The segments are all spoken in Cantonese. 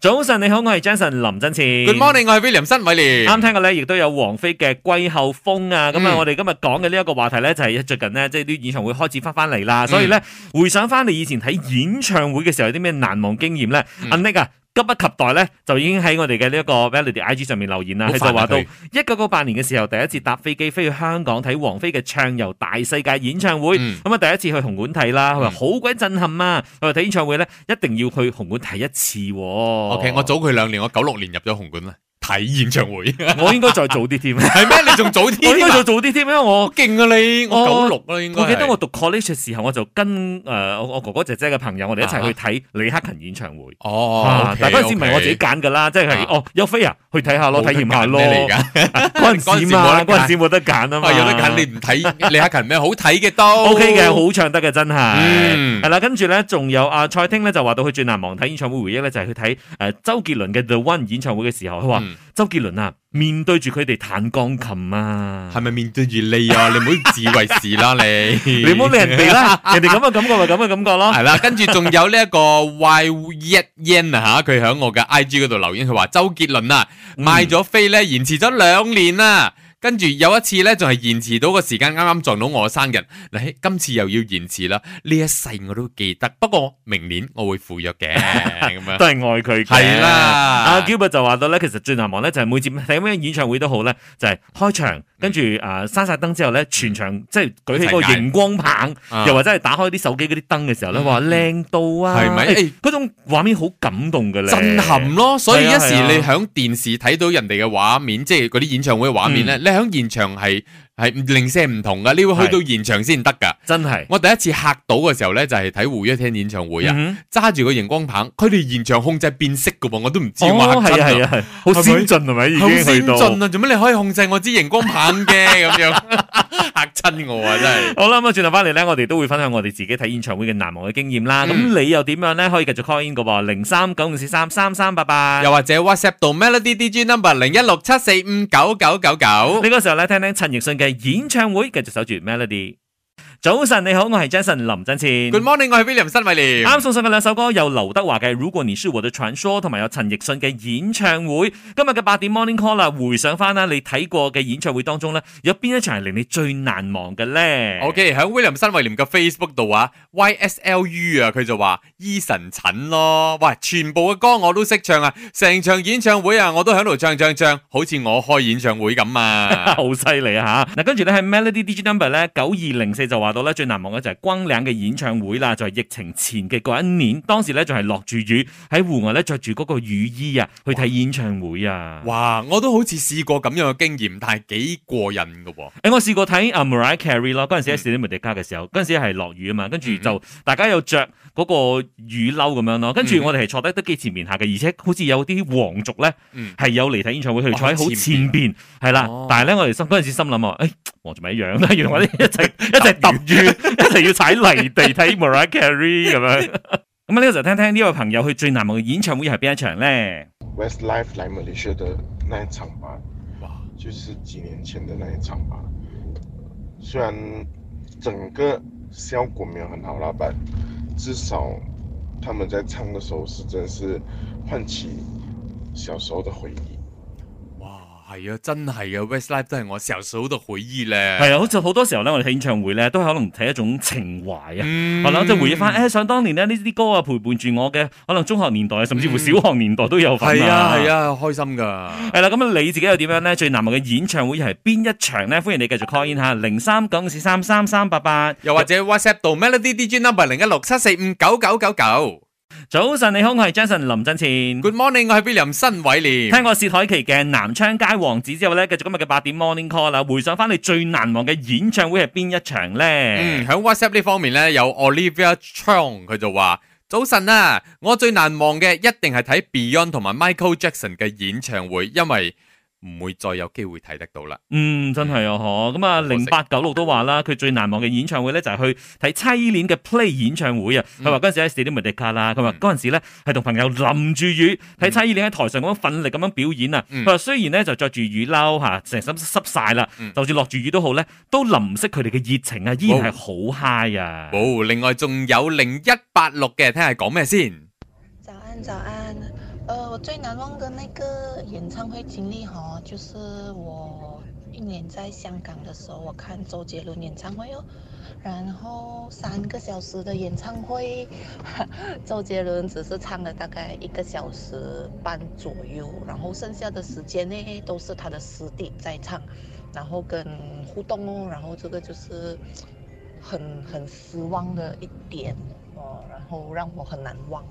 早晨，你好，我係 Jason 林振前。 Good morning，我係 William 新偉廉。啱聽過咧，亦都有王菲嘅《歸後風》啊。咁啊，嗯我哋今日講嘅呢一個話題咧，就係最近呢，即係啲演唱會開始翻翻嚟啦。嗯所以咧，回想翻你以前睇演唱會嘅時候，有啲咩難忘經驗咧？嗯阿 Nick 啊，急不及待咧，就已經喺我哋嘅呢一個 Melody IG 上面留言啦。好佢煩啊就話到佢一九九八年嘅時候，第一次搭飛機飛去香港睇王菲嘅唱遊大世界演唱會。嗯咁啊，第一次去紅館睇啦，佢話嗯好鬼震撼啊！佢話睇演唱會咧，一定要去紅館睇一次喎。 ，OK，我早佢兩年，我九六年入咗紅館啦，睇演唱會 我應該再早啲添，我係咩？你仲早啲？應該再好早啲添，因為我勁啊你！我九我六啦，應該係。我記得我讀 college 嘅時候，我就跟誒、呃我我哥哥姐姐嘅朋友，我哋一齊去睇李克勤演唱會。啊哦啊，但嗰陣時唔係我自己 OK 揀㗎啦，即係啊哦有飛啊，去睇下咯，體驗下咯。冇得揀咩嚟㗎 嗰陣時嘛，嗰陣時冇嗰陣時冇得得揀揀啊嘛，啊有得揀，你唔睇李克勤咩？好睇嘅都 O K 嘅，好唱得嘅真係，嗯係啦，跟住咧仲有阿蔡聽咧就話到佢最難忘睇演唱會回憶咧就係去睇誒周杰倫嘅 The One 演唱會嘅時候，佢話嗯周杰倫啊面對住佢哋彈鋼琴啊係，咪面對住你啊？你唔好自為是啦，你你唔好理人哋啦，人哋咁嘅感覺咪咁嘅感覺咯系。啦，跟住仲有呢一個 Y à Yet Yan 啊吓，佢喺我嘅 I G 嗰度留言，佢話周杰倫啊買嗯咗飛咧，延遲咗兩年啦。跟住有一次咧，仲係延遲到個時間，啱啱撞到我生日。嗱，嘿今次又要延遲啦，呢一世我都記得。不過明年我會赴約 嘅，咁樣都係愛佢嘅。啊係啦阿 Gilbert 就話到咧，其實最難忘咧就係每次睇咩演唱會都好咧，就係、開場跟住嗯啊閂晒燈之後咧，全場即係舉起個熒光棒，啊嗯又或者係打開啲手機嗰啲燈嘅時候咧，話靚到啊，係咪誒誒嗰種畫面好感動嘅咧，震撼咯。所以係一啊時係啊你喺電視睇到人哋嘅畫面，即係嗰啲演唱會嘅畫面嗯咧，你喺現場係係零舍唔同噶，你要去到現場先得㗎。真係。我第一次嚇到嘅時候咧，就係睇胡一天演唱會啊，嗯揸住個熒光棒，佢哋現場控制變色嘅喎，我都唔知哼我哦，嚇係啊親係啊，啊係，好先進係咪已好經去先到？進啊！做咩你可以控制我支熒光棒嘅咁樣嚇親我啊！ 真係好啦，咁啊，轉頭翻嚟咧，我哋都會分享我哋自己睇演唱會嘅難忘嘅經驗啦。咁、嗯你又點樣咧？可以繼續 call in 嘅喎，零三九五四三三三八八。又或者 WhatsApp 到 Melody DJ number 零一六七四五九九九九呢。個時候咧，聽聽陳奕迅嘅演唱會，繼續守住 Melody。早晨你好，我係 Jason 林振前。 Good morning，我係 William 新偉廉。啱送上嘅兩首歌有劉德華嘅《如果你是我的傳說》，同埋有陳奕迅嘅演唱會。今日嘅八點 Morning Call 啦，回想翻啦，你睇過嘅演唱會當中咧，有邊一場係令你最難忘嘅咧 OK，喺 William 新威廉嘅 Facebook 度啊，YSLU 啊，佢就話 Eason 陳咯，哇，全部嘅歌我都識唱啊，成場演唱會啊，我都喺度唱唱唱，好似我開演唱會咁 啊。好犀利啊吓！嗱，跟住咧喺 Melody DJ Number 咧九二零四就話到咧最難忘嘅就係光嶺嘅演唱會啦，就係、疫情前嘅嗰一年，當時咧仲係落住雨喺戶外咧着住嗰個雨衣啊去睇演唱會啊！哇！我都好似試過咁樣嘅經驗，但係幾過癮嘅喎。誒，我試過睇啊 Mariah Carey 啦，嗰陣時喺士嗯林美迪加嘅時候，嗰陣時係落雨啊嘛，跟住就大家有着嗰個雨褸咁樣咯，跟嗯住我哋係坐得都幾前面下嘅，而且好似有啲皇族咧嗯，係有嚟睇演唱會，佢哋坐喺哦好前前邊，係啦哦，但係咧我哋心嗰陣時心諗啊，誒，皇族咪一樣啦， 原來我哋一 齊一齊揼雨， 一齊要踩泥地睇 Mariah Carey 咁 樣。咁啊呢個就聽聽呢位朋友佢最難忘嘅演唱會係邊一場咧？ Westlife 来马来西亚的那一场吧，哇！就是几年前的那一场吧。虽然整个效果没有很好啦，但至少他们在唱的时候是真是唤起小时候的回忆。哇，係啊，真係啊，Westlife 都係我小時候嘅回憶咧。係啊，好似好多時候咧，我哋睇演唱會咧，都可能睇一種情懷啊。嗯，可能即係回憶翻，誒、想當年咧呢啲歌啊陪伴住我嘅，可能中學年代甚至乎小學年代都有份嗯係啊，係啊。啊，開心㗎。係啦，咁啊你自己又點樣咧？最難忘嘅演唱會係邊一場咧？歡迎你繼續 call in 下零三九五四三三三八八。又或者 WhatsApp 到 Melody DJ number 零一六七四五九九九九。早晨，你好，我係 Jason 林振前。 Good morning，我係 William 新偉廉。聽過薛凱琪嘅《南昌街王子》之後咧，繼續今日嘅八點 Morning Call 啦。回想翻你最難忘嘅演唱會係邊一場嗯，咧？喺 WhatsApp 呢方面咧，有 Olivia Chong 佢就話：早晨啊，我最難忘嘅一定係睇 Beyond 同埋 Michael Jackson 嘅演唱會，因為唔會再有機會睇得到啦。嗯，真係啊，嗬。咁啊，可惜零八九六都話啦，佢最難忘嘅演唱會咧就係去睇妻戀嘅 Play 演唱會啊。佢話嗰陣時喺 Stadium Medica 啦，佢話嗯嗰陣時咧係同朋友淋住雨睇妻戀喺台上咁樣奮力咁樣表演啊。嗯佢話雖然咧就着住雨褸嚇，成身濕晒啦嗯，就算落住雨都好咧，都淋唔熄佢哋嘅熱情啊，依然係好 high 啊。冇、另外仲有零一八六嘅，聽下講咩先。早安，早安。呃，我我最难忘的那个演唱会经历哈、就是我一年在香港的时候，我看周杰伦演唱会哦，然后三个小时的演唱会，周杰伦只是唱了大概一个小时半左右，然后剩下的时间呢都是他的师弟在唱，然后跟互动哦，然后这个就是很很失望的一点哦，然后让我很难忘。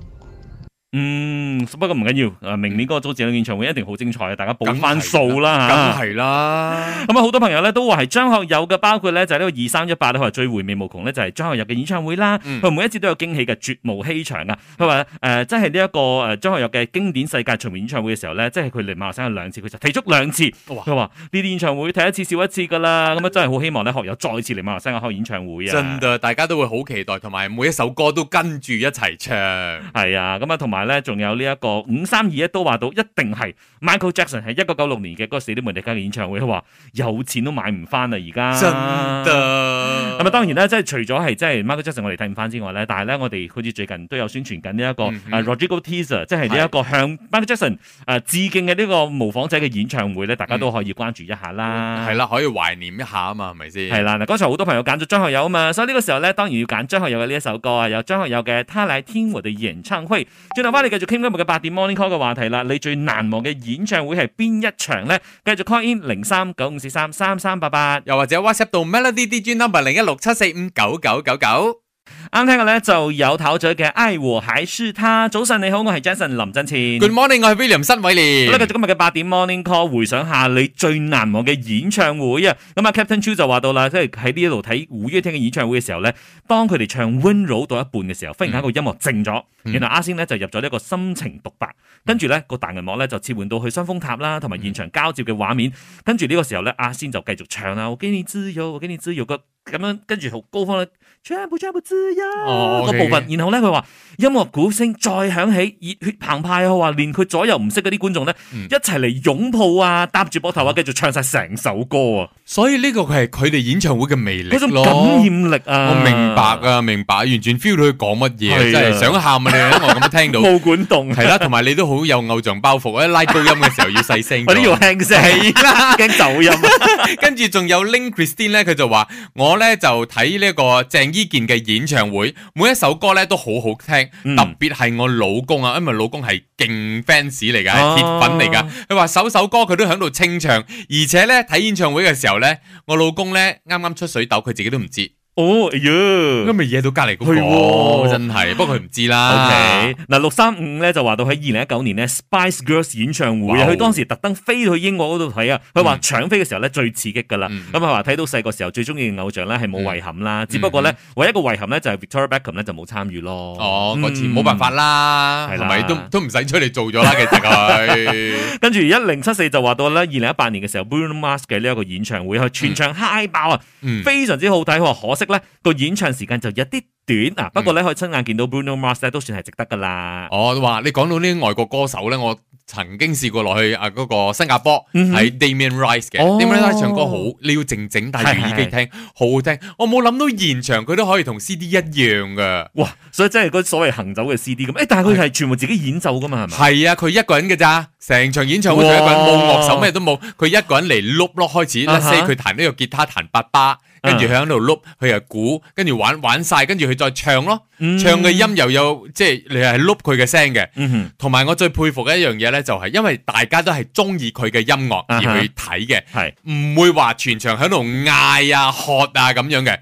嗯，不過唔緊要，啊，明年嗰個周杰倫演唱會一定好精彩，啊大家補翻數梗啦嚇係啦，咁啊，好多朋友咧都話係張學友嘅，包括咧就係呢個二三一八咧，佢話最回味無窮咧就係張學友嘅演唱會啦。嗯佢每一次都有驚喜嘅，絕無欺場啊！佢話誒，即係呢一個誒張學友嘅經典世界巡迴演唱會嘅時候咧，即係佢嚟馬來西亞兩次，佢就提足兩次。哇佢話呢啲演唱會睇一次少一次㗎啦，咁啊真係好希望咧學友再次嚟馬來西亞開演唱會啊！真嘅，大家都會好期待，同埋每一首歌都跟住一齊唱。係啊，咁啊，同埋咧，仲有呢一個五三二一都話到，一定係 Michael Jackson 係一九九六年嘅嗰個死啲門迪加嘅演唱會，佢話有錢都買唔翻啦，而家真的，咁啊，當然啦，即係除咗係即係 Michael Jackson 我哋睇唔翻之外咧，但係咧我哋好似最近都有宣傳緊呢一個嗯嗯啊 Rodrigo Teaser，即係呢一個向 Michael Jackson 誒致敬嘅呢個模仿者嘅演唱會咧，大家都可以關注一下啦。係啦，可以懷念一下啊嘛，係咪先？係啦，嗱，剛才好多朋友揀咗張學友啊嘛，所以呢個時候咧，當然要揀張學友嘅呢一首歌啊，有張學友嘅《他來天和》嘅演唱會。轉頭翻嚟繼續傾今日嘅八點 Morning Call 嘅話題啦，你最難忘嘅演唱會係邊一場咧？繼續 call in 零三九五四三三三八八。又或者 Dạ, WhatsApp 到 Melody DJ number 零一六七四五九九九九。啱聽嘅咧就有頭嘴嘅《愛和海是他》。早晨你好，我係 Jason 林振前。 Good morning，我係 William 新偉好廉啦，繼續。今日嘅八點 Morning Call，回想下你最難忘嘅演唱會啊！咁啊，Captain Chu 就話到啦，即係喺呢一度睇五月天嘅演唱會嘅時候咧，當佢哋唱《温柔》到一半嘅時候，忽然間個音樂靜咗，嗯原來阿仙咧就入咗呢一個心情獨白，跟住咧個大銀幕咧就切換到去雙峰塔啦，嗯同埋現場交接嘅畫面，跟住呢個時候咧，阿仙就繼續唱啦，我給你自由，我給你自由個咁樣，跟住好高峰咧，全部全部自由哦個，OK，部分，然後咧佢話。音樂鼓聲再響起，熱血澎湃啊！話連佢左右唔識嗰啲觀眾咧，嗯一齊嚟擁抱啊，搭住膊頭啊，繼續唱晒成首歌啊！所以呢個佢係佢哋演唱會嘅魅力嗰種咯。感染力啊，我明白，啊，明白，完全 feel 到佢講乜嘢，係啊真係想喊啊！你我咁樣聽 到，冇管啊動，係啦，同埋你都好有偶像包袱，一拉高音嘅時候要細聲 咗。我都要輕聲 啦，驚走音啊。跟住仲有 Link Christine 咧，佢就話：我咧就睇呢一個鄭伊健嘅演唱會，每一首歌咧都好好聽，嗯特別係我老公啊，因為老公係勁 fans 嚟㗎，係哦鐵粉嚟㗎。佢話首首歌佢都喺度清唱，而且咧睇演唱會嘅時候咧，我老公咧啱啱出水痘，佢自己都唔知，哦，哎呀咁。咪惹到隔離嗰係個，喎真係。不過佢唔知 O 啦。 K，嗱六三五咧就話到喺二零一九年咧 Spice Girls 演唱會啊，哇哦佢當時特登飛去英國嗰度睇啊，佢話嗯搶飛嘅時候咧最刺激㗎啦，嗯咁佢話睇到細個時候最中意嘅偶像咧係冇遺憾啦，只不過咧唯一一個遺憾咧就係 Victoria Beckham 咧就冇參與咯。哦，嗰次嗯冇辦法啦，係係啦咪都都唔使出嚟做咗啦？其實佢。 跟住一零七四就話到咧，二零一八年嘅時候，Bruno Mars 嘅呢一個演唱會，佢全場嗨爆啊，嗯非常之好睇。佢話可惜咧個演唱時間就有啲短嗯啊，不過咧可以親眼見到 Bruno Mars 咧都算係值得噶啦。我話你講到呢啲外國歌手咧，我曾經試過落去啊嗰個新加坡嗯哼喺 Damian Rice 嘅哦，Damian Rice 唱歌好，你要靜靜戴住係係耳機聽，好好聽。我冇諗到現場佢都可以同 CD 一樣噶。哇！所以真係嗰所謂行走嘅 CD 咁，誒，但係佢係全部自己演奏噶嘛，係咪？係啊，佢一個人嘅咋，成場演唱會佢一個人哇冇樂手咩都冇，佢一個人嚟碌碌開始啊，let's 哈啊 say 佢彈呢個吉他彈八八，跟住佢喺度碌，佢又鼓，跟住玩玩晒，跟住佢再唱咯，嗯唱嘅，音又有即係你係碌佢嘅聲嘅。嗯哼，同埋我最佩服嘅一樣嘢咧，就係因為大家都係中意佢嘅音樂而啊哈去睇嘅，係唔會話全場喺度嗌啊、喝啊咁樣嘅。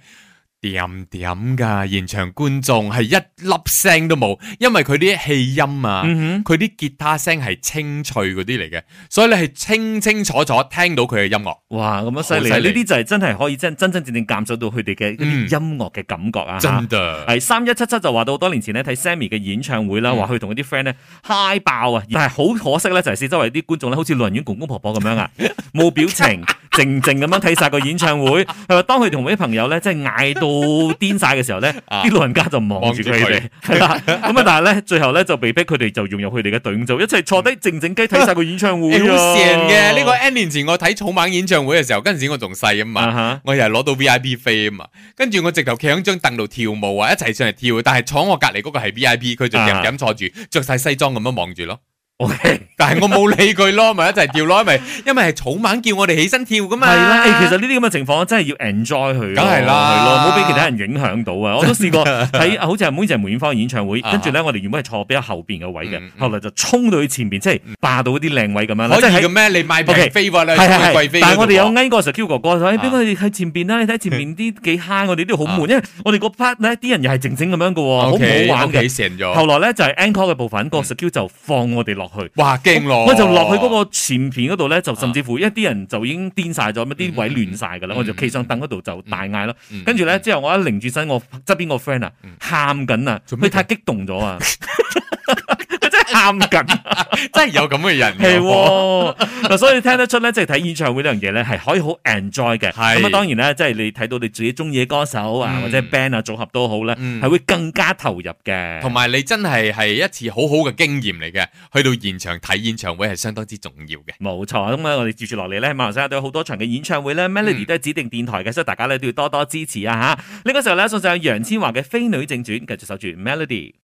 點點㗎，現場觀眾係一粒聲都冇，因為佢啲氣音啊，嗯佢啲、吉他聲係清脆嗰啲嚟嘅，所以你係清清楚楚聽到佢嘅音樂，哼，哇，咁樣犀利啊！好呢犀利啲就係真係可以真真真正正感受到佢哋嘅一嗯啲音樂嘅感覺啊！真的。係三一七七就話到好多年前咧睇 Sammy 嘅演唱會啦，嗯話佢同嗰啲 friend 咧嗨爆啊，但係好可惜咧，就係四周圍啲觀眾咧，好似老人院公公婆婆咁樣啊， 冇表情， 靜靜咁樣睇晒個演唱會。係話當佢同啲朋友咧，即係嗌到癲晒嘅時候咧， 啊啲老人家就望住佢哋，係啦。咁啊，但係咧，最後咧就被逼佢哋就融入佢哋嘅隊伍，就一齊坐低靜靜雞睇晒個演唱會你好啊。善嘅，呢個 N 年前我睇草蜢演唱會嘅時候，嗰陣時我仲細啊嘛。啊 哈我又係攞到 V I P 飛啊嘛，跟住我直頭企喺張凳度跳舞啊，一齊上嚟跳，但係坐我隔離嗰個係 V I P，佢就啊飲飲坐住，着晒西裝咁樣望住咯。 O K，但係我冇理佢咯，咪一齊跳咯，因為因為係草蜢叫我哋起身跳噶系嘛。啦，誒其實呢啲咁嘅情況真係要 enjoy 佢咯，梗係啦係咯，唔好俾其他人影響到啊！我都試 過睇，好似係梅姐梅艷芳演唱會，啊跟住咧我哋原本係坐比較後邊嘅位嘅嗯，嗯嗯後來就衝到去前邊，即係霸到啲靚位咁樣啦，可以即係喺嘅咩？你買平 OK，飛喎，你係係係貴係妃嗰度喎。但係我哋有呃翳過 Q 哥哥就誒，啊俾我哋喺前邊啦，你睇前邊啲幾 high，我哋都好悶，因為我哋個 part 咧啲人又係靜靜咁樣嘅喎，好唔 OK，好玩 OK，嘅。成後來咗。咧就係 encore 嘅部分，嗯個 Q 就放我哋落去。哇，驚咯！我就落去嗰個前片嗰度咧，就甚至乎一啲人就已經癲晒咗，咁啲位亂晒㗎啦，啊嗯我就企上凳嗰度就大嗌咯。嗯，跟住咧之後，我一擰住身，我側邊個 friend 啊嗯，喊緊啊，做咩佢太激動咗 啊！佢真係喊緊， 真係有咁嘅人㗎。 係喎嗱，所以聽得出咧，即係睇演唱會呢樣嘢咧，係可以好 enjoy 嘅。係咁啊，當然咧，即係你睇到你自己中意嘅歌手啊，嗯或者 band 啊組合都好咧，嗯係會更加投入嘅。同埋你真係係一次好好嘅經驗嚟嘅，去到現場睇演唱會係相當之重要嘅。冇錯，咁啊，我哋接住落嚟咧，馬來西亞都有好多場嘅演唱會咧，Melody 嗯都係指定電台嘅，所以大家咧都要多多支持啊吓。呢、個時候咧，送上楊千嬅嘅《飛女正傳》，繼續守住 Melody。